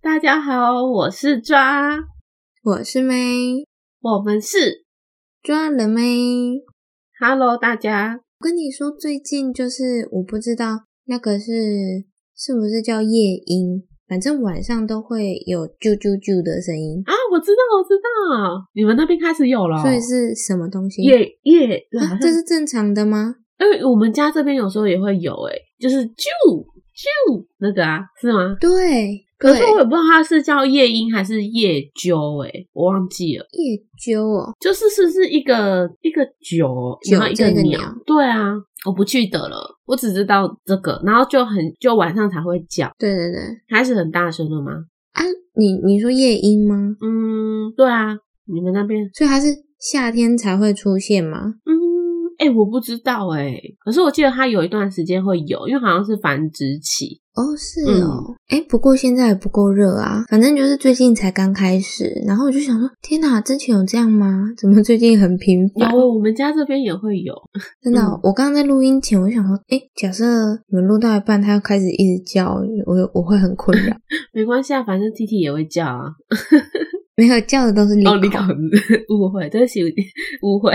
大家好，我是抓，我是妹，我们是抓了妹。 Hello，大家我跟你说，最近就是我不知道那个是是不是叫夜莺，反正晚上都会有啾啾啾的声音，啊，我知道，我知道，你们那边开始有了哦，所以是什么东西？夜夜，好啊像这是正常的吗？因为我们家这边有时候也会有、欸，诶，就是啾啾那个啊，是吗？对，可是对我也不知道它是叫夜莺还是夜啾、欸，诶，我忘记了，夜啾哦，就是是不是一个一个九，九然后一个这个鸟鸟？对啊，我不记得了，我只知道这个，然后就很就晚上才会叫，对对对开始很大声了吗？啊，你你说夜莺吗？嗯，对啊，你们那边，所以它是夏天才会出现吗？嗯，哎、我不知道哎、可是我记得它有一段时间会有，因为好像是繁殖期，哦，是嗯哦，哎、不过现在还不够热啊，反正就是最近才刚开始，然后我就想说，天哪，之前有这样吗？怎么最近很频有繁？我们家这边也会有，真的哦、嗯我刚刚在录音前，我就想说，哎、假设你们录到一半，它要开始一直叫，我我会很困扰。没关系啊，反正 T T 也会叫啊。没有叫的都是你哦，你搞 误会，对不起，误会。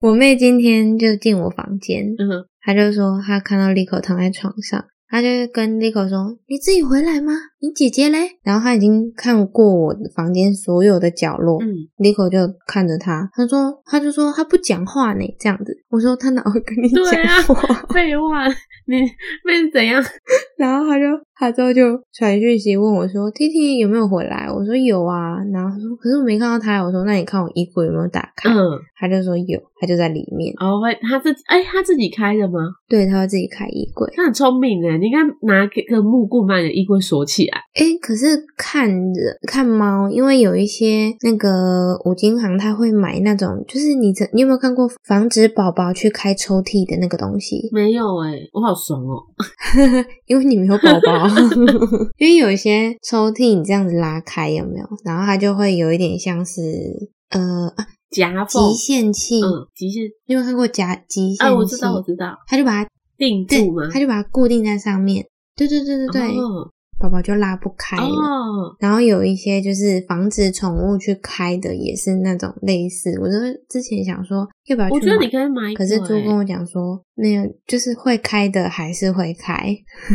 我妹今天就进我房间，嗯，她就说她看到 Lico 躺在床上，她就跟 Lico 说：“你自己回来吗？你姐姐嘞？”然后她已经看过我房间所有的角落，嗯， Nico 就看着他，他说，他就说他不讲话呢，这样子。我说他哪会跟你对啊讲话？废话，你被怎样？ 然后他就他之后就传讯息问我说：“T T 有没有回来？”我说有啊。然后他说：“可是我没看到他。”我说：“那你看我衣柜有没有打开？”嗯，他就说有，他就在里面。哦，会他自己，哎、他自己开的吗？对，他会自己开衣柜。他很聪明哎，你应该拿个木棍把你的衣柜锁起来。诶，可是看着看猫，因为有一些那个五金行，他会买那种，就是你这你有没有看过防止宝宝去开抽屉的那个东西？没有哎，欸我好怂哦、因为你没有 宝宝，因为有一些抽屉你这样子拉开有没有？然后它就会有一点像是呃啊夹缝，极限器，嗯，极限。你有没有看过夹极限器？哎，我知道，我知道，它就把它定对住吗？，它就把它固定在上面。对对对对对，哦宝宝就拉不开了。哦，然后有一些就是防止宠物去开的，也是那种类似。我就是之前想说要不要去我买，觉得你可以买一个可欸。是猪跟我讲说，那个就是会开的还是会开，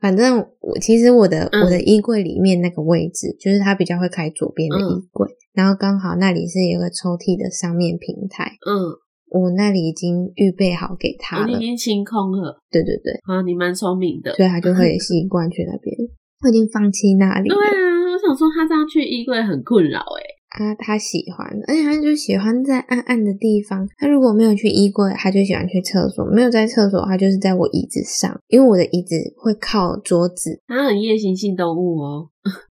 反正我其实我的、嗯我的衣柜里面那个位置，就是它比较会开左边的嗯衣柜，然后刚好那里是有个抽屉的上面平台，嗯，我那里已经预备好给它哦你了已，经清空了对对对，啊，你蛮聪明的。所以它 就会习惯去那边。我已经放弃那里对了啊，我想说他这样去衣柜很困扰哎、啊，它喜欢，而且它就喜欢在暗暗的地方。它如果没有去衣柜，它就喜欢去厕所；没有在厕所，它就是在我椅子上，因为我的椅子会靠桌子，他很夜行性动物哦。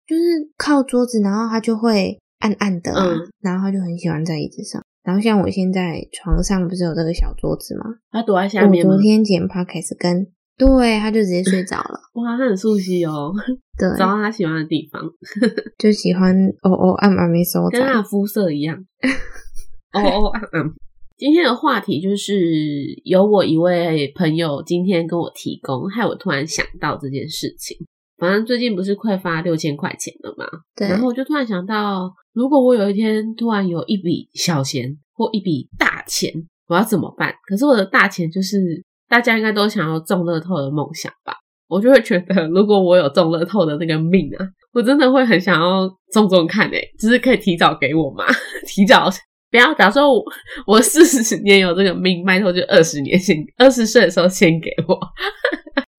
就是靠桌子，然后它就会暗暗的、啊，嗯然后它就很喜欢在椅子上。然后像我现在床上不是有这个小桌子吗？他躲在下我面吗昨？天剪 podcast 跟对，它就直接睡着 了。哇，他很熟悉哦，对，找到他喜欢的地方，就喜欢哦哦按按没收跟他的啊窄。肤色一样。哦哦啊啊！今天的话题就是有我一位朋友今天跟我提供，害我突然想到这件事情。反正最近不是快发六千块钱了吗？对，然后我就突然想到，如果我有一天突然有一笔小钱或一笔大钱，我要怎么办？可是我的大钱就是大家应该都想要中乐透的梦想吧？我就会觉得，如果我有中乐透的那个命啊，我真的会很想要中中看诶、就是可以提早给我妈， 提早不要假说我 我四十年有这个命，拜托就二十年先二十岁的时候先给我。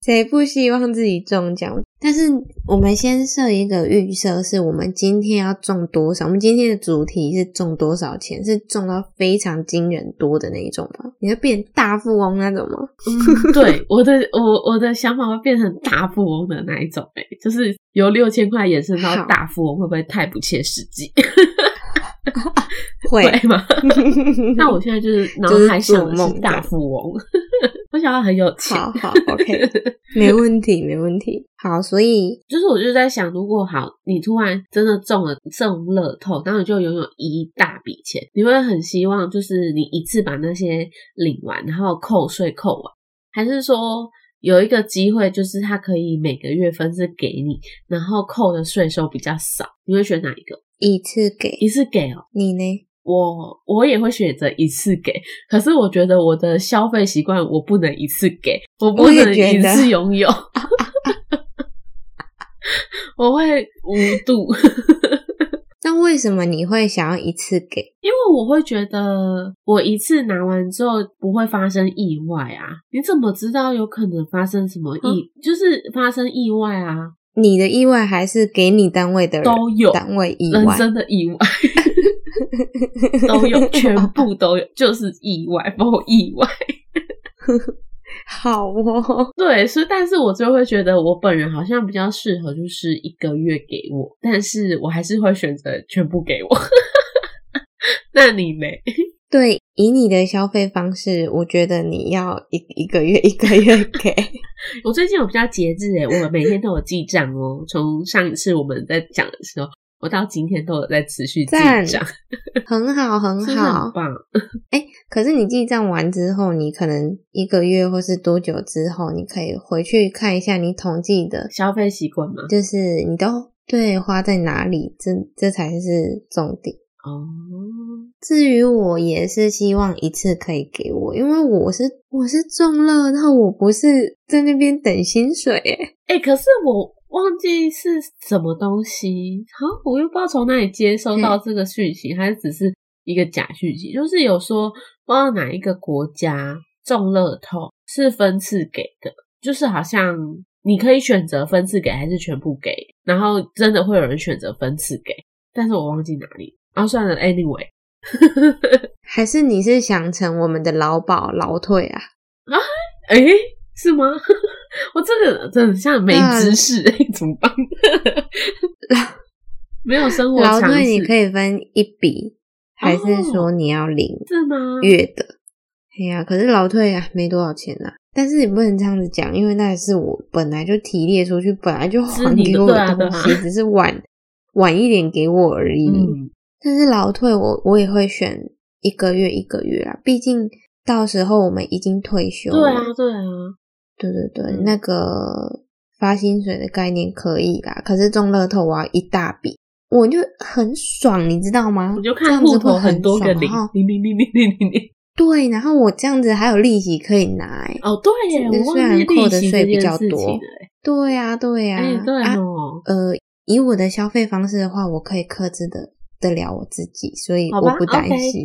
谁不希望自己中奖？但是我们先设一个预设，是我们今天要中多少？我们今天的主题是中多少钱？是中到非常惊人多的那一种吗？你会变大富翁那种吗？嗯， 对，我的我我的想法会变成大富翁的那一种、欸，就是由六千块延伸到好大富翁，会不会太不切实际？会。 吗？那我现在就是脑就是海想的做梦是大富翁， 我想要很有钱。好好，OK，没问题，没问题。好，所以就是我就在想，如果好，你突然真的中了中乐透，然后你就拥有一大笔钱，你会很希望就是你一次把那些领完，然后扣税扣完，还是说有一个机会，就是它可以每个月分支给你，然后扣的税收比较少，你会选哪一个？一次给一次给哦，你呢？我我也会选择一次给，可是我觉得我的消费习惯我不能一次给，我不我也能觉一得次拥有， 我会无度， 那为什么你会想要一次给？因为我会觉得我一次拿完之后不会发生意外啊，你怎么知道有可能发生什么意，嗯就是发生意外啊，你的意外还是给你单位的人都有单位意人外，生的意 外都有，全部都有，就是意外，包括意外。好哦。对，所以但是我就会觉得我本人好像比较适合，就是一个月给我，但是我还是会选择全部给我。 那你呢？对，以你的消费方式，我觉得你要一一个月一个 月给。我最近有比较节制诶，我每天都有记账哦。从上一次我们在讲的时候，我到今天都有在持续记赞账，是很好，不很是好很。棒？哎、可是你记账完之后，你可能一个月或是多久之后，你可以回去看一下你统计的，消费习惯吗？就是你都对花在哪里，这这才是重点。哦，至于我也是希望一次可以给我，因为我是我是中乐透，我不是在那边等薪水哎。哎、可是我忘记是什么东西，好、像我又不知道从哪里接收到这个讯息，还是只是一个假讯息，就是有说不知道哪一个国家中乐透是分次给的，就是好像你可以选择分次给还是全部给，然后真的会有人选择分次给，但是我忘记哪里。啊，算了，anyway，还是你是想成我们的劳保劳退啊？哎、是吗？ 我这个真的像没知识，哎、怎么办？ 没有生活劳常识，退你可以分一笔，还哦是说你要领是吗？月的？哎呀、可是劳退啊，没多少钱啊。但是你不能这样子讲，因为那也是我本来就提列出去，本来就是还你给的我对啊东对啊西，只是晚晚一点给我而已。嗯，但是劳退我我也会选一个月一个月啊，毕竟到时候我们已经退休了。对啊，对啊，对对对嗯那个发薪水的概念可以啦，可是中乐透我要一大笔，我就很爽，你知道吗？我就这看样子户头会很哦多个爽零然后，零零零零零零零。对，然后我这样子还有利息可以拿、欸。哦，对耶，这我虽忘然记利扣的息税这比件较事多情了。对呀、对呀、哎，对啊哦，呃，以我的消费方式的话，我可以克制的得了我自己，所以好我吧不担，OK 心。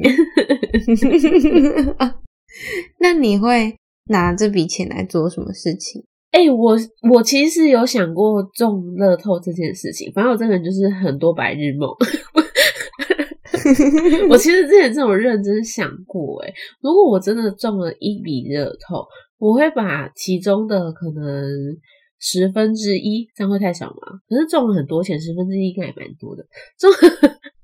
那你会拿这笔钱来做什么事情？哎、我我其实有想过中乐透这件事情，反正我这个人就是很多白日梦。 我其实之前这种认真想过、欸，如果我真的中了一笔乐透，我会把其中的可能十分之一，这样会太少吗？可是中了很多钱，十分之一应该也蛮多的。中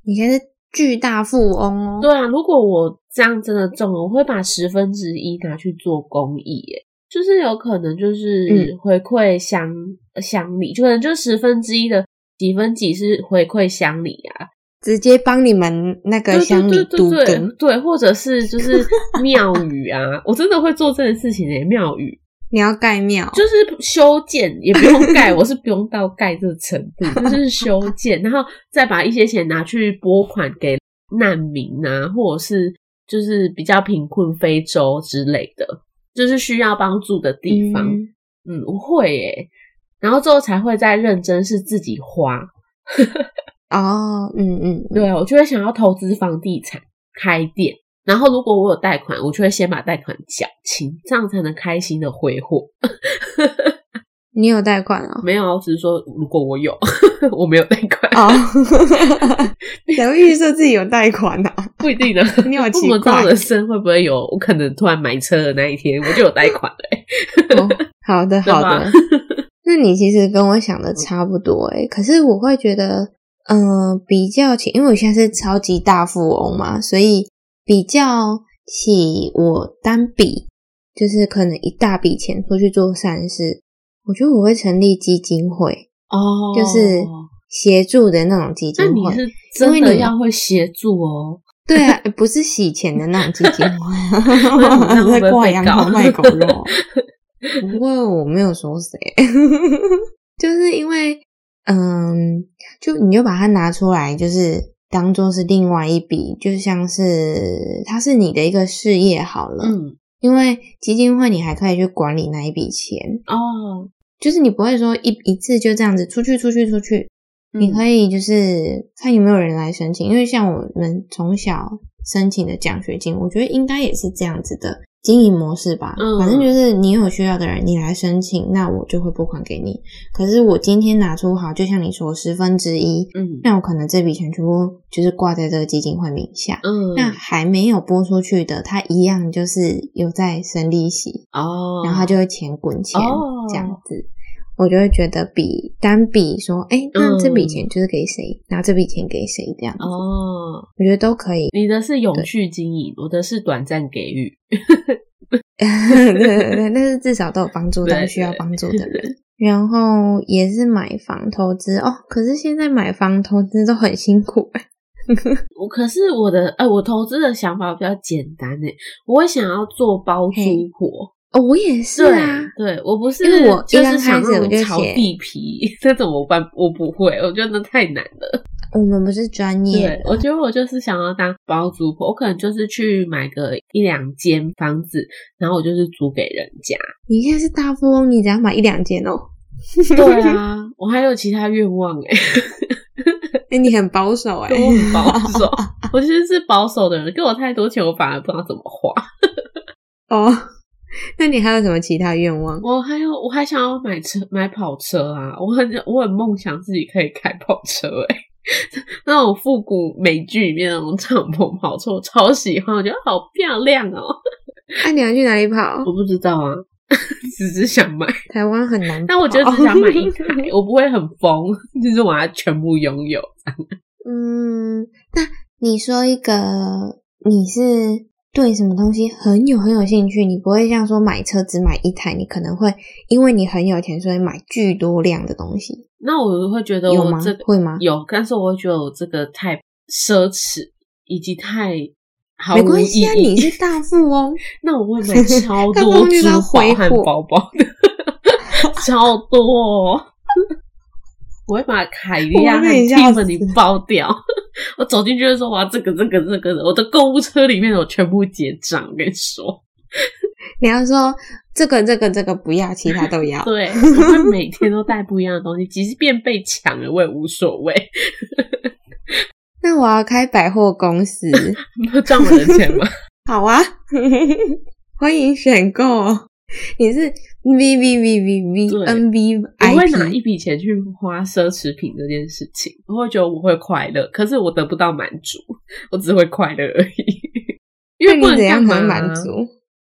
你现在是巨大富翁哦！对啊，如果我这样真的中了，我会把十分之一拿去做公益、欸，就是有可能就是嗯回馈乡、呃乡里，就可能就十分之一的几分几是回馈乡里啊，直接帮你们那对个乡里对对都对对根，对，或者是就是庙宇啊，我真的会做这件事情诶、庙宇你要盖庙，就是修建，也不用盖，我是不用到盖这个程度，就是修建，然后再把一些钱拿去拨款给难民啊，或者是就是比较贫困非洲之类的，就是需要帮助的地方。嗯嗯，我会诶、然后之后才会再认真是自己花，哦，嗯嗯，嗯对，我就会想要投资房地产、开店，然后如果我有贷款，我就会先把贷款缴清，这样才能开心的挥霍。你有贷款哦。 没有啊，我只是说如果我有， 我没有贷款， 哦， 然后预设自己有贷款啊，不一定 的。你好不奇知道怪。人生会不会有？我可能突然买车的那一天，我就有贷款了、 欸。 哦，好的，对好 吧嗯的。那你其实跟我想的差不多诶、可是我会觉得，嗯、比较起，因为我现在是超级大富翁嘛，所以比较起我单笔就是可能一大笔钱出去做善事，我觉得我会成立基金会，哦，就是协助的那种基金那你会。是因为真的你要会协助哦，对啊，呃不是洗钱的那种基金 那会不会会，在被挂羊头告卖狗 肉。不过我没有说谁， 就是因为嗯，就你就把它拿出来，就是当做是另外一笔，就像是它是你的一个事业好了。嗯，因为基金会你还可以去管理那一笔钱，哦，就是你不会说一一次就这样子出去出去出去，你可以，以就是看有没有人来申请，因为像我们从小申请的奖学金，我觉得应该也是这样子的经营模式吧。嗯反正就是你有需要的人，你来申请，那我就会拨款给你。可是我今天拿出好，就像你说十分之一，嗯那我可能这笔钱全部就是挂在这个基金会名下。嗯，那还没有拨出去的，它一样就是有在生利息，哦，然后它就会钱滚钱、哦这样子，我就会觉得比单笔说，哎、那这笔钱就是给谁，然后这笔钱给谁这样子，嗯哦，我觉得都可 以。你的是永续经营，我的是短暂给予，对对对，但是至少都有帮助到对需要帮助的人。然后也是买房投资哦，可是现在买房投资都很辛苦哎、我可是我的，哎、我投资的想法比较简单诶，我会想要做包租婆，哦，我也是对啊，对我不是，因为我一就刚是想开始那我就种炒写地皮， 那怎么办？我不会，我觉得那太难了。我们不是专业对的，，我觉得我就是想要当包租婆，我可能就是去买个一两间房子，然后我就是租给人家。你现在是大富翁，你只要买一两间哦，对啊， 我还有其他愿望哎、 哎、你很保守哎、欸，我很保守，我其实是保守的人，给我太多钱，我反而不知道怎么花。哦， 那你还有什么其他愿望？我还有，我还想要买车，买跑车啊！我很，我很梦想自己可以开跑车、欸， 哎，那种复古美剧里面那种敞篷跑车，我超喜欢，我觉得好漂亮哦、那、啊你要去哪里跑我？不知道啊， 只是想买，台湾很难跑，但我就只想买一台，哦我不会很疯，就是我要全部拥有。嗯，那你说一个，你是对什么东西很有很有兴趣？你不会像说买车只买一台，你可能会因为你很有钱，所以买巨多量的东西，那我会觉得有我吗这个？会吗？有，但是我会觉得我这个太奢侈，以及太毫没无关意系义。啊，你是大富 翁，那我会 买超他多放珠去他宝挥和霍包包的，超多、哦。我会把凯莉亚我和被你吓死 Tiffany 包掉。我走进去就说：“哇，这个、这个、这个的，我的购物车里面我全部结账。”我跟你说，你要说这个这个这个不要，其他都要。对，我会每天都带不一样的东西，即便被抢了我也无所谓， 那我要开百货公 司，赚我的钱嘛。好啊， 欢迎选购哦。你是 V V V V V 对 N V 我 I 会拿一 P，笔钱去花奢侈品这件事情，我会觉得我会快乐，可是我得不到满足，我只会快乐而已。 因那为你不能怎样干嘛啊很满？足？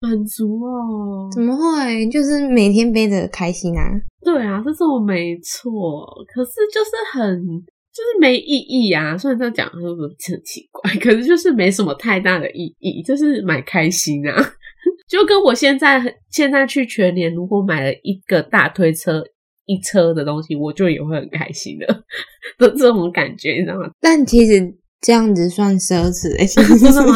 满足哦，怎么会？就是每天背着开心啊！对啊，这是我没错，可是就是很就是没意义啊。虽然这样讲会不会很奇怪，可是就是没什么太大的意义，就是买开心啊。 就跟我现在现在去全年，如果买了一个大推车一车的东西，我就也会很开心的 的这种感觉，你知道吗？但其实这样子算奢侈、欸，其实真的吗？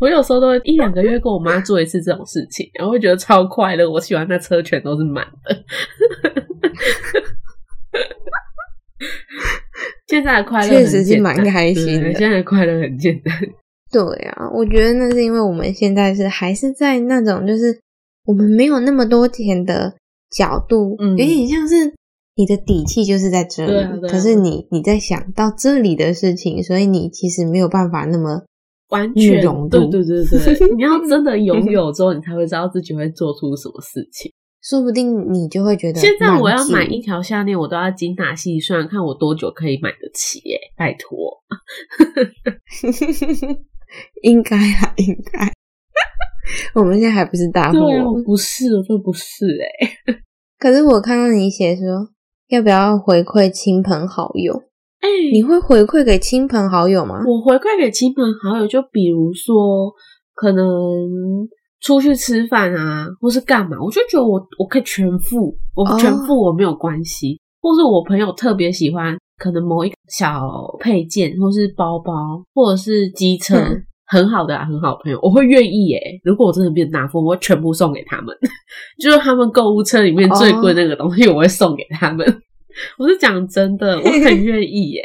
我有时候都会一两个月跟我妈做一次这种事情，然后会觉得超快乐。我喜欢那车全都是满的。 现在的快乐确很实是简单蛮开心的对现在的快乐很简 单，对啊，我觉得那是因为我们现在是还是在那种就是我们没有那么多钱的角度，嗯有点像是你的底气就是在这里，对啊对啊可是你你在想到这里的事情，所以你其实没有办法那么完易全融对入对对对，你要真的拥有之后，你才会知道自己会做出什么事 情。说不定你就会觉得现在我要满足买一条项链，我都要精打细算，看我多久可以买得起、耶！拜托，应该啊，应该。 我们现在还不是大富对啊，我翁，不是，我就不是、哎。可是我看到你写说要不要回馈亲朋好友，哎、你会回馈给亲朋好友吗？我回馈给亲朋好友，就比如说，可能出去吃饭啊，或是干嘛，我就觉得我我可以全付，哦我全付我没有关系。或是我朋友特别喜欢，可能某一个小配件，或是包包，或者是机车，嗯很好的、啊、很好的朋友，我会愿意耶、如果我真的变大富翁，我会全部送给他们， 就是他们购物车里面最贵那个东哦西，我会送给他们。我是讲真的，我很愿意耶、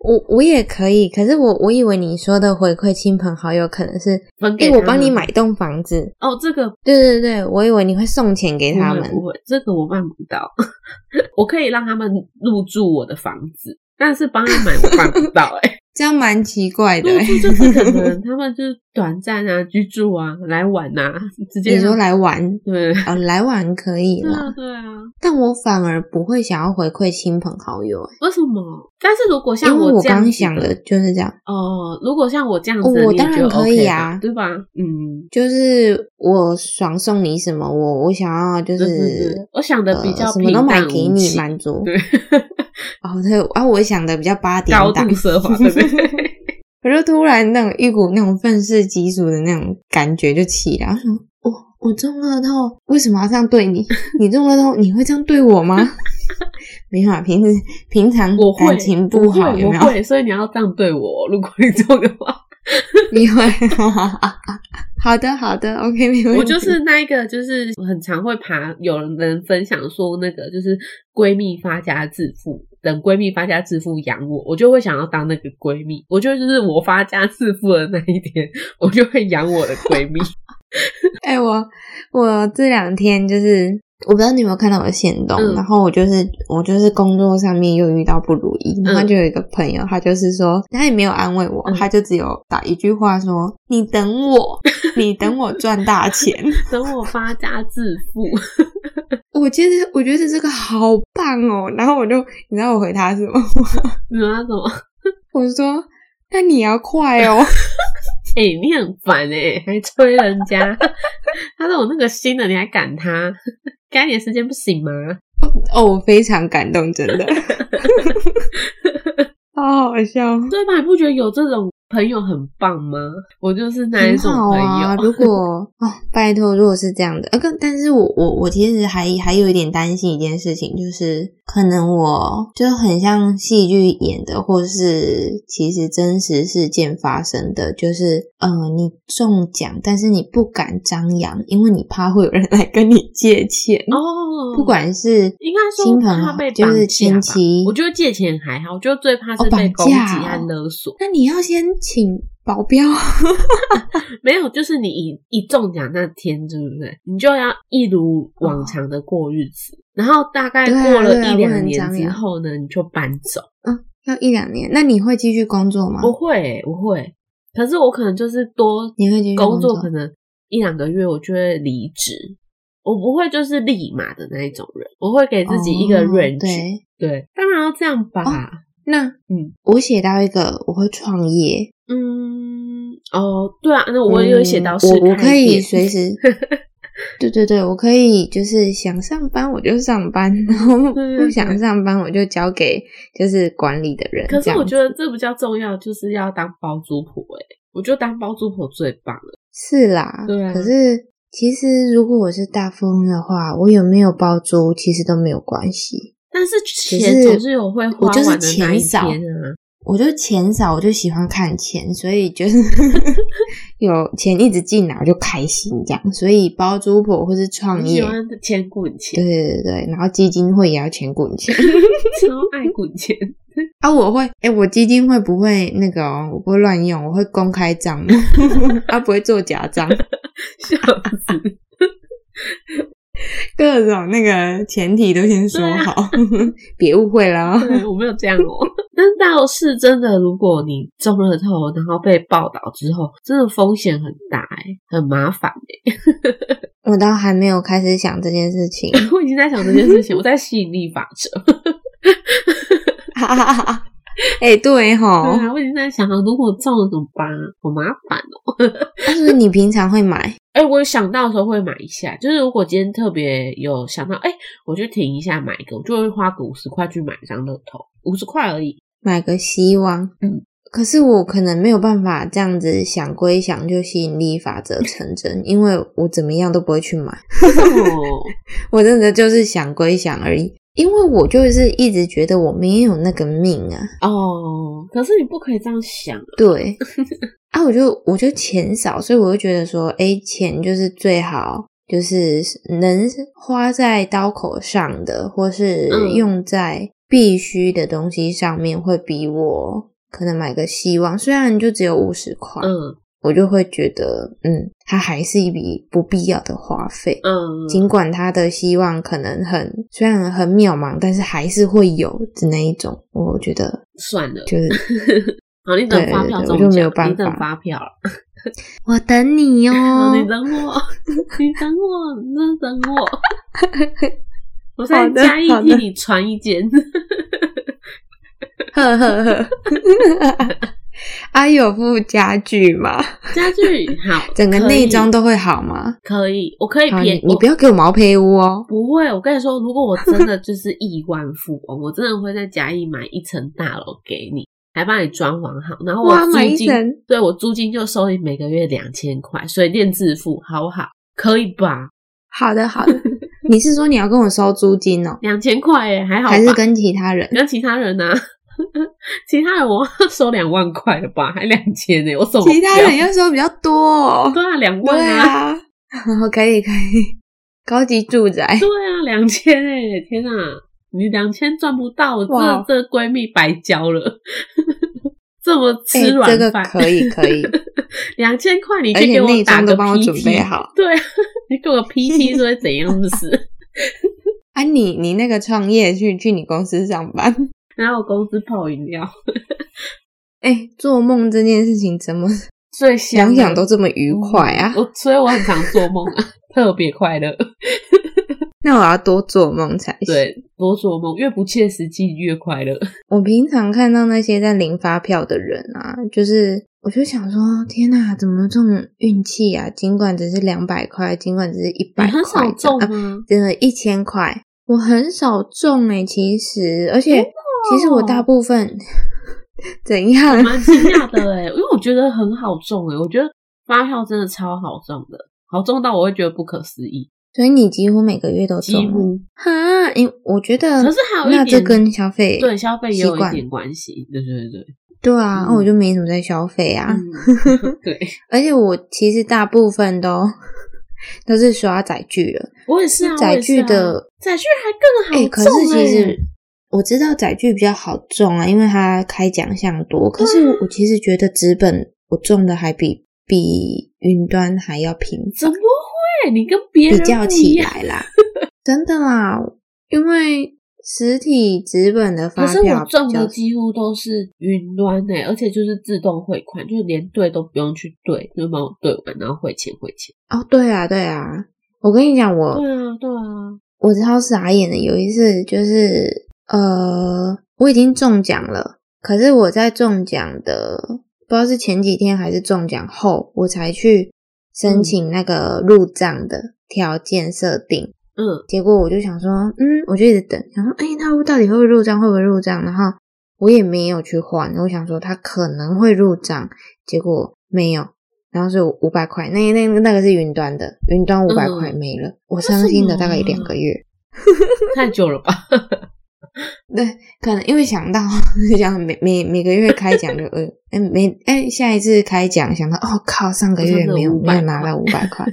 我我也可以，可是我我以为你说的回馈亲朋好友可能是，分给哎、他们我帮你买栋房子，哦，这个对对对，我以为你会送钱给他们不会，不会，这个我办不到。 我可以让他们入住我的房子，但是帮他买我办不到、 哎，这样蛮奇怪的、入欸。住就是可能他们就是短暂啊、居住啊、来玩啊，直接你说来玩对哦，来玩可以对啊啦，对啊，但我反而不会想要回馈亲朋好友、欸，为什么？但是如果像因为我我这样刚子想的的就是这样，哦，如果像我这样子的，哦我你也当觉然得可 OK 以吧啊对吧？嗯，就是我爽送你什么，我我想要就对对是对，我想的比较呃、什平么都淡买给无你奇满足。对， 哦，对啊，我想的比较八点高度档，奢华，对不 对？我就突然那种一股那种愤世嫉俗的那种感觉就起来，我想我我中乐透为什么要这样对你？ 你中乐透你会这样对我吗？ 没有啊，平时平常我会感情不我好会有没我有？会，所以你要这样对我，哦如果你中的话。 你会？ 好的好的，OK，没问题。我就是那一个，就是很常会爬，有人分享说那个就是闺蜜发家致富，等闺蜜发家致富养我，我就会想要当那个闺蜜。我觉得就是我发家致富的那一天，我就会养我的闺 蜜。哎、我我这两天就是，我不知道你有没有看到我的行动，嗯然后我就是我就是工作上面又遇到不如意，然后嗯就有一个朋友，他就是说，他也没有安慰我，嗯他就只有打一句话说：“你等我，你等我赚大钱。 等我发家致富，”我其实我觉得这个好棒哦，然后我就你知道我回他什么吗？ 你知道什么？ 我说：“那你要快哦。” 哎、你很烦哎、还催人家。 他说我那个新的，你还赶他，给他点时间不行吗？哦，我非常感动，真的， 好好笑。对吧？你不觉得有这种朋友很棒吗？我就是那一很种好朋友。啊。如果哦，拜托，如果是这样的，呃，跟但是我我我其实还还有一点担心一件事情，就是可能我就很像戏剧演的，或是其实真实事件发生的，就是呃，你中奖，但是你不敢张扬，因为你怕会有人来跟你借钱，哦，不管是应该说亲朋怕好被就绑架是吧亲戚我，觉得借钱还好，我觉得最怕哦是绑被攻击架哦和勒索。那你要先请保镖。没有，就是你一一中奖那天，对不对？你就要一如往常的过日子，然后大概哦对啊过了对啊一不能两年张之扬后呢，你就搬走。哦要一两年，那你会继续工作吗？我会、我会，可是我可能就是多你会继续工工作，作可能一两个月我就会离职。我不会就是立马的那一种人，我会给自己一个哦 range，、对，对，当然要这样吧。哦那嗯我写到一个，我会创业，嗯，哦，对啊，那我也有写到嗯是、我我可以随时， 对对对，我可以就是想上班我就上班，然后对不想上班我就交给就是管理的人。可是这样我觉得这比较重要，就是要当包租婆哎、我觉得当包租婆最棒了。是啦，对啊可是其实如果我是大富翁的话，我有没有包租其实都没有关系，但是只钱是总是有会花我就是完的那一钱少天啊，我就钱少，我就喜欢看钱，所以就是 有钱一直进来我就开心这样，所以包租婆或是创你喜业。欢钱滚对钱，对对对，然后基金会也要钱滚钱 超爱滚钱。啊！我会，哎、我基金会不会那个哦？我不会乱用，我会公开账目， 啊，不会做假账，笑死！各种那个前提都先说好， 别误会啦。啊对我没有这样哦。但是倒是真的，如果你中了头，然后被报道之后，真的风险很大哎、很麻烦 哎、哦 我倒还没有开始想这件事情， 我已经在想这件事情，我在吸引力法则。哎、对吼，对啊，我已经在想，如果中了怎么办啊？好麻烦哦、但是啊你平常会买哎、我想到的时候会买一下，就是如果今天特别有想到，哎、我就停一下买 一个，我就会花个五十块去买一张乐透，五十块而已。买个希望，嗯，可是我可能没有办法这样子想归想，就吸引力法则成真，因为我怎么样都不会去买，哦，我真的就是想归想而已。因为我就是一直觉得我没有那个命啊，哦，可是你不可以这样想啊。对啊，我就我就钱少，所以我就觉得说，哎，钱就是最好，就是能花在刀口上的，或是嗯用在必须的东西上面，会比我可能买个希望，虽然就只有五十块，嗯我就会觉得，嗯，它还是一笔不必要的花费。嗯，尽管他的希望可能很虽然很渺茫，但是还是会有的那一种，我觉得算了， 就是好，你等对发对票对中我就没奖有办你等法发票了，我等你哦你等 我， 你等我，你真的等我，我 好在的嘉义好替的你传一 间。呵呵呵， 啊，有附家具吗？家具好，整个可以内装都会好吗？可以，我可以好，便你宜，你不要给我毛坯屋哦。不会，我跟你说，如果我真的就是亿万富翁，我真的会在嘉义买一层大楼给你，还帮你装潢好，然后我哇，租买一金，层，对我租金就收你每个月两千块，水电自付，好不好？可以吧？好的好的。 你是说你要跟我收租金哦，两千块耶，还好吧？还是跟其他人？跟其他人呢、啊？ 其他人我要收两万块了吧？还两千呢？我怎么其他不要人要收比较多哦。对啊，两万对啊， 可以可以，高级住宅对啊，两千哎，天哪、你两千赚不到，我哇这这闺蜜白交了， 这么吃哎这软个饭、可以可以，两千块 你而去且给我内打装个都帮我准 PT，备好。 对啊，你给我 PT 是会怎样？是不是？ 啊你，你那个创业去去你公司上班， 然后我公司泡饮料，哎、做梦这件事情怎么最香想的想都这么愉快啊？我所以我很常做梦啊， 特别快乐。那我要多做梦才行。，对，多做梦，越不切实际越快乐。我平常看到那些在领发票的人啊，就是我就想说，天哪、怎么这种运气啊？尽管只是两百块，尽管只是一百你块这很样，少中啊吗？真的，一千块，我很少中哎、其实，而且、其实我哦大部分 怎样？蛮惊讶的哎、因为我觉得很好中哎、我觉得发票真的超好中的，好中到我会觉得不可思议，所以你几乎每个月都中几了，乎。哈，因我觉得，可是还有一那点，这跟消费对消费也有习一惯点关系，对对对对，对啊，嗯那我就没什么在消费啊，嗯， 对而且我其实大部分都都是刷载具了。我也是啊，载具的载具还更哎、好可中、是欸其实我知道载具比较好中啊，因为它开奖项多。啊可是我我其实觉得纸本我中的还比比云端还要频怎繁，么会？你跟别比人较不一起样，来啦，真的啦，因为实体纸本的可发是票我比中较的几乎都是云端哎、而且就是自动汇款，就是连对都不用去对，就帮我对完，然后汇钱汇钱。哦，对啊，对啊，我跟你讲，我对啊，对啊，我超傻眼的。有一次就是呃，我已经中奖了，可是我在中奖的不知道是前几天还是中奖后，我才去申请那个入账的条件设定。嗯结果我就想说，嗯，我就一直等，想说，哎、那到底会不会入账？会不会入账？然后我也没有去换，我想说他可能会入账，结果没有。然后是五百块，那那那个是云端的，云端五百块嗯没了，我伤心了大概为什么啊两个月。太久了吧？对，可能因为想到 想每每每个月开奖就呃，哎每哎下一次开奖想到，哦靠，上个我月上次没有500没有拿块到五百 块，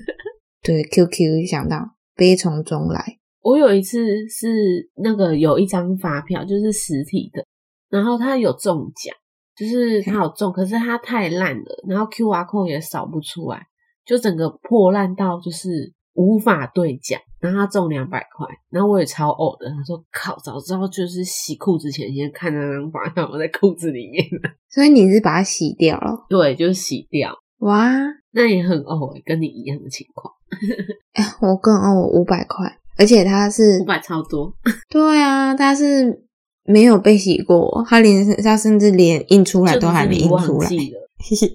对 QQ 想到悲从中来，我有一次是那个有一张发票，就是实体的，然后他有中奖，就是 他有中，可是他太烂了，然后 Q R code 也扫不出来，就整个破烂到就是无法兑奖，然后他中两百块，然后我也超呕的，他说靠，早知道就是洗裤子前先看那张发票我在裤子里面， 所以你是把它洗掉了，对，就是洗掉，哇，那也很呕、欸，跟你一样的情况，哎，我更哦，我五百块，而且它是五，百超多，对啊，它是没有被洗过，它连它甚至连印出来就只都还是没你印忘出来，记了，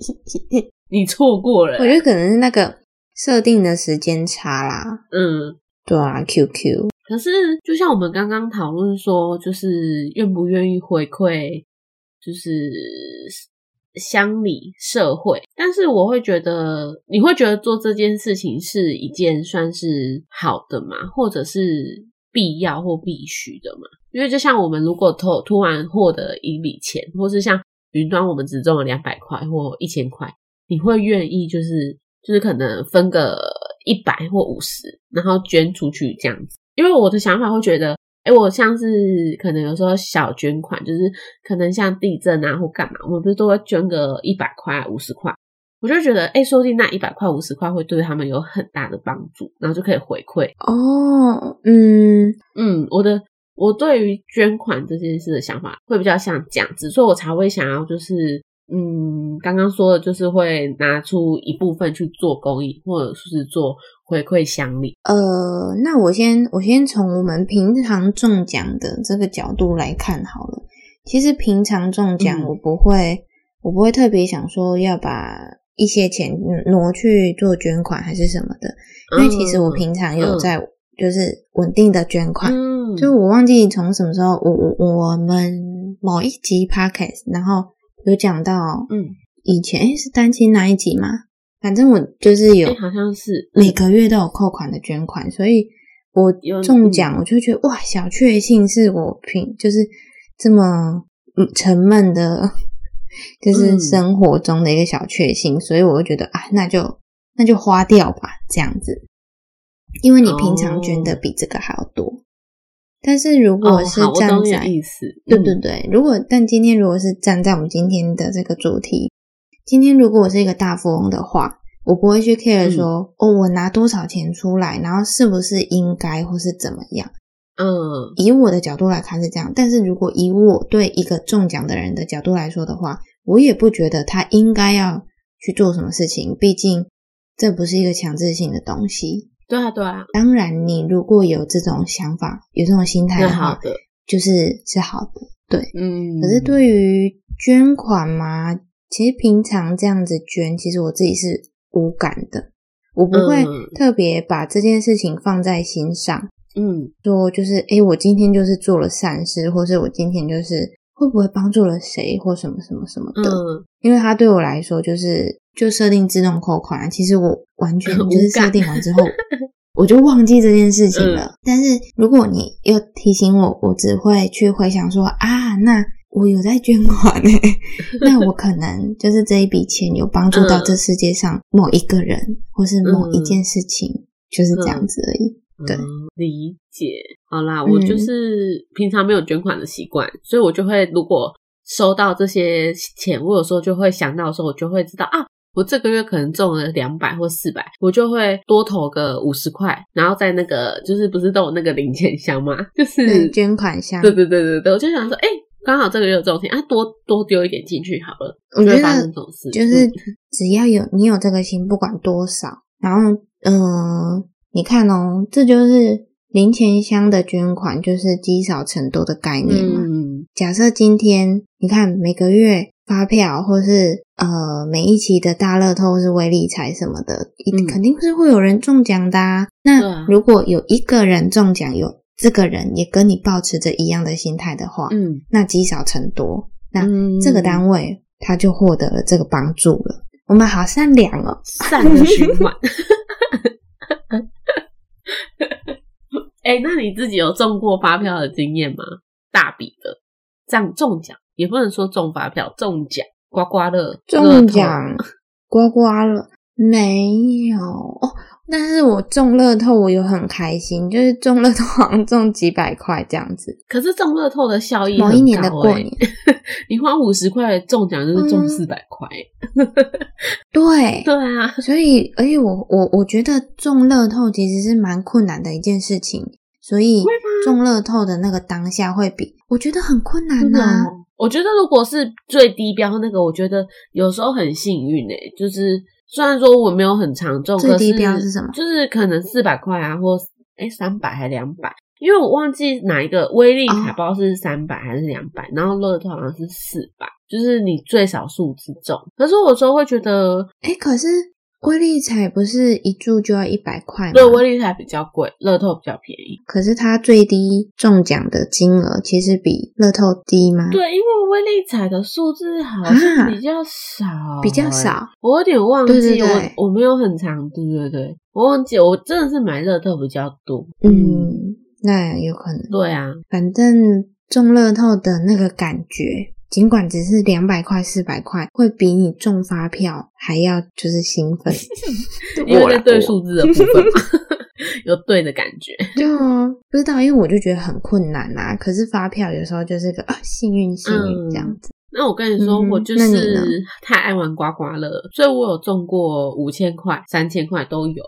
你错过了我，觉得可能是那个设定的时间差啦，嗯。对啊，QQ，可是，就像我们刚刚讨论说，就是愿不愿意回馈，就是乡里社会，但是我会觉得，你会觉得做这件事情是一件算是好的嘛，或者是必要或必须的嘛？因为就像我们如果突突然获得一笔钱，或是像云端我们只中了两百块或一千块，你会愿意就是就是可能分个一百或五十，然后捐出去这样子？因为我的想法会觉得，哎、我像是可能有时候小捐款，就是可能像地震啊或干嘛，我们不是都会捐个一百块、啊五十块，我就觉得，哎、说不定那一百块、五十块会对他们有很大的帮助，然后就可以回馈哦，嗯，嗯，我的我对于捐款这件事的想法会比较像这样子，所以我才会想要就是嗯，刚刚说的就是会拿出一部分去做公益，或者是做回馈乡里。呃，那我先我先从我们平常中奖的这个角度来看好了。其实平常中奖，嗯我不会、我不会特别想说要把一些钱嗯挪去做捐款还是什么的，因为其实我平常有嗯在就是稳定的捐款，嗯，就我忘记从什么时候，我我我们某一集 podcast，然后有讲到嗯，以前诶是单亲那一集吗？反正我就是有哎、好像是每个月都有扣款的捐款，所以有我中奖嗯我就觉得哇，小确幸是我平就是这么嗯沉闷的，就是嗯生活中的一个小确幸，所以我就觉得啊，那就那就花掉吧，这样子，因为你平常捐的哦比这个还要多。但是如哦，果是好，我站懂你在、的意思。对嗯对对，如果但今天如果是站在我们今天的这个主题，今天如果我是一个大富翁的话，我不会去 care 嗯说、哦，我拿多少钱出来，然后是不是应该或是怎么样。嗯以我的角度来看是这样，但是如果以我对一个中奖的人的角度来说的话，我也不觉得他应该要去做什么事情，毕竟这不是一个强制性的东西。对啊对啊，当然，你如果有这种想法、有这种心态那的好话，的，就是是好的。嗯，可是对于捐款嘛，其实平常这样子捐，其实我自己是无感的，我不会嗯特别把这件事情放在心上，嗯说就是诶，我今天就是做了善事，或是我今天就是会不会帮助了谁或什么什么什么的，嗯因为它对我来说就是就设定自动扣款啊，其实我完全无就是设感嗯定完 之后。我就忘记这件事情了。但是如果你又提醒我，我只会去回想说啊，那我有在捐款、欸，那我可能就是这一笔钱有帮助到嗯这世界上某一个人，或是某一件事情，就是这样子而已。对嗯理解。好啦，我就嗯是平常没有捐款的习惯，所以我就会如果收到这些钱，我有时候就会想到的时候，我就会知道啊，我这个月可能中了两百或四百，我就会多投个五十块，然后在那个就是不是都有那个零钱箱吗？就是对，捐款箱，对对对对对，我就想说，哎、刚好这个月有这种钱啊，多多丢一点进去好了，我就觉会发生得这种事，就是嗯只要有你有这个心，不管多少，然后嗯、呃你看哦，这就是零钱箱的捐款，就是积少成多的概念嘛。嗯假设今天你看每个月发票，或是呃每一期的大乐透或是微理财什么的，一嗯肯定是会有人中奖的、啊。对那啊如果有一个人中奖，有这个人也跟你保持着一样的心态的话，嗯，那积少成多，那嗯这个单位他就获得了这个帮助了。我们好善良哦，善的循环。 哎、那你自己有中过发票的经验吗？大笔的，这样中奖也不能说中发票，中奖刮刮乐中奖刮刮乐没有哦，但是我中乐透，我有很开心，就是中乐透好像中几百块这样子。可是中乐透的效益、某一年的过年，， 嗯你花五十块中奖就是中四百块。 对，对啊，所以而且我我我觉得中乐透其实是蛮困难的一件事情，所以中乐透的那个当下会比我觉得很困难啊真的呐、哦、我觉得如果是最低标那个，我觉得有时候很幸运诶、欸就是虽然说我没有很常中，最低可标是什么就是可能四百块啊，或哎三百还两百，因为我忘记哪一个威哦力彩包是三百还是两百、然后乐透好像是四百，就是你最少数字中。可是我有时候会觉得，哎，可是威力彩不是一注就要一百块吗？对，威力彩比较贵，乐透比较便宜。可是它最低中奖的金额其实比乐透低吗？对，因为威力彩的数字好像比较少、啊欸比哦较。少。我有点忘记，对对对我我没有很长，对对对，我忘记，我真的是买乐透比较多。嗯，那有可能。对啊，。反正中乐透的那个感觉，尽管只是两百块、四百块，会比你中发票还要就是兴奋因为我啦在对我数字的部 分嘛，有对的感觉。对啊，不知道，因为我就觉得很困难啦、可是发票有时候就是个啊，幸运幸嗯运这样子。那我跟你说，嗯哼我就那你呢是太爱玩刮刮乐了，所以我有中过五千块、三千块都有。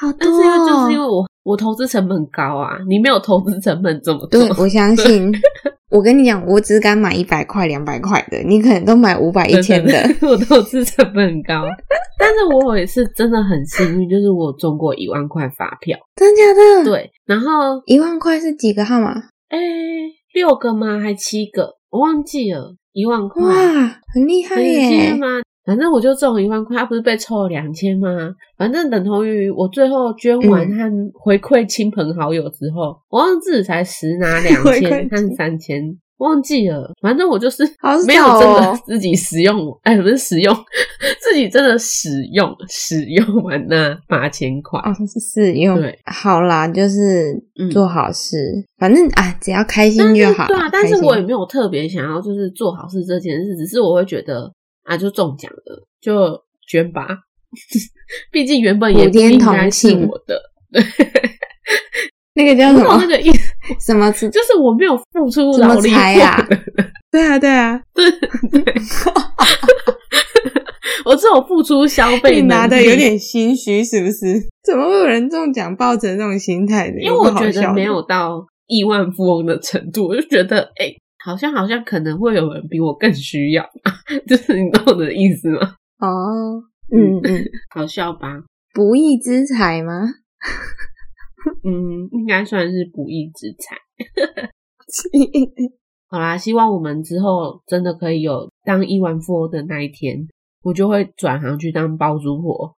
好多、哦但是因为就是因为为我我投资成本高啊，你没有投资成本怎么做 对？我相信， 我跟你讲，我只敢买一百块、两百块的，你可能都买五百、一千的。对，对对我投资成本很高。啊但是我也是真的很幸运，就是我中过一万块发票。 真假的？，对，然后一万块是几个号码？诶、哎六个吗？还七个？我忘记了，一万块。哇，很厉害很幸运耶！吗？反正我就中一万块，他啊不是被抽了两千吗？反正等同于我最后捐完嗯和回馈亲朋好友之后，我忘记才实拿两回千馈和三千，忘记了。反正我就是好少哦没有真的 自己使用，哎、不是使用， 自己真的使用使用完那八千块。哦，是用对好啦，就是嗯做好事，反正啊，只要开心但是就好。对啊，但开是心我也没有特别想要就是做好事这件事，只是我会觉得啊，就中奖了，就捐吧。 毕竟原本也普不天应该同是庆我的， 那个叫没什有那么个意思，什么词？ 就是我没有付出什劳啊么力财过啊的 对啊，对啊， 我只有付出 消费你拿能的力有，点心虚，是不是？怎么会有人中奖抱成这种心态的？因为我觉有什得么好笑的没有到亿万富翁的程度，我就觉得哎、好像好像可能会有人比我更需要， 就是你懂我的意思吗？哦，嗯嗯，好笑吧？不义之财吗？嗯，应该算是不义之财。好啦，希望我们之后真的可以有当亿万富翁的那一天，我就会转行去当包租婆。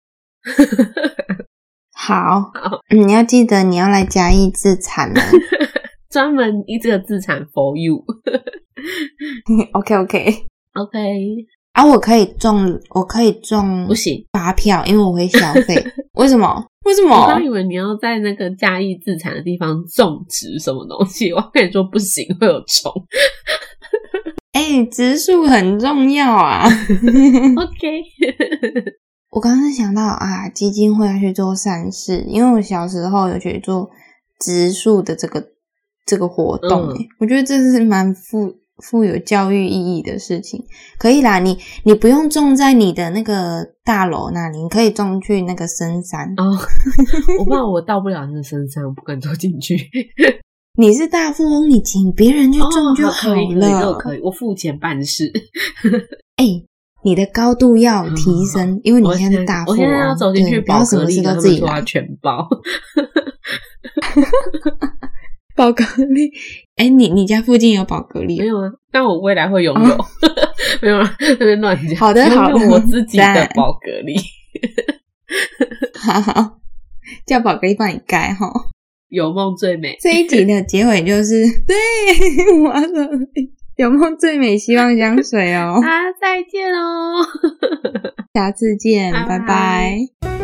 好，嗯你要记得你要来嘉义自产 了。专门以这个资产 for you。 OK OK， OK，啊，我可以中，我可以中不行，发票，因为我会消 费。为什么？为什我么刚？以为你要在那个嘉义自产的地方种植什么东西，我跟你说不行，会有虫。哎、植树很重要啊！ OK， 我刚刚是想到啊，基金会要去做善事，因为我小时候有去做植树的这个这个活动、嗯欸，我觉得这是蛮富富有教育意义的事情。可以啦，你你不用种在你的那个大楼那里，你可以种去那个深山。哦，我怕我到不了那个身上，我不敢走进 去。你是大富翁，你请别人去种就哦好可以，可以，这了。个可以，我付钱办事。哎、你的高度要提升，因为你嗯我现在是大富我翁，现在要走进去对不宝要什格么丽事了，都他自们己说来要。全包。宝格丽，哎、你你家附近有宝格丽吗没有啊，但我未来会拥有，哦 没有啊，那边乱讲。 好的拥有好的我自己的赞宝格丽好好， 叫宝格丽帮你盖哈。有梦最美。这一 集的结尾就是对，我要说有梦最美希望 香水哦，啊，再见哦。下次见，拜拜拜拜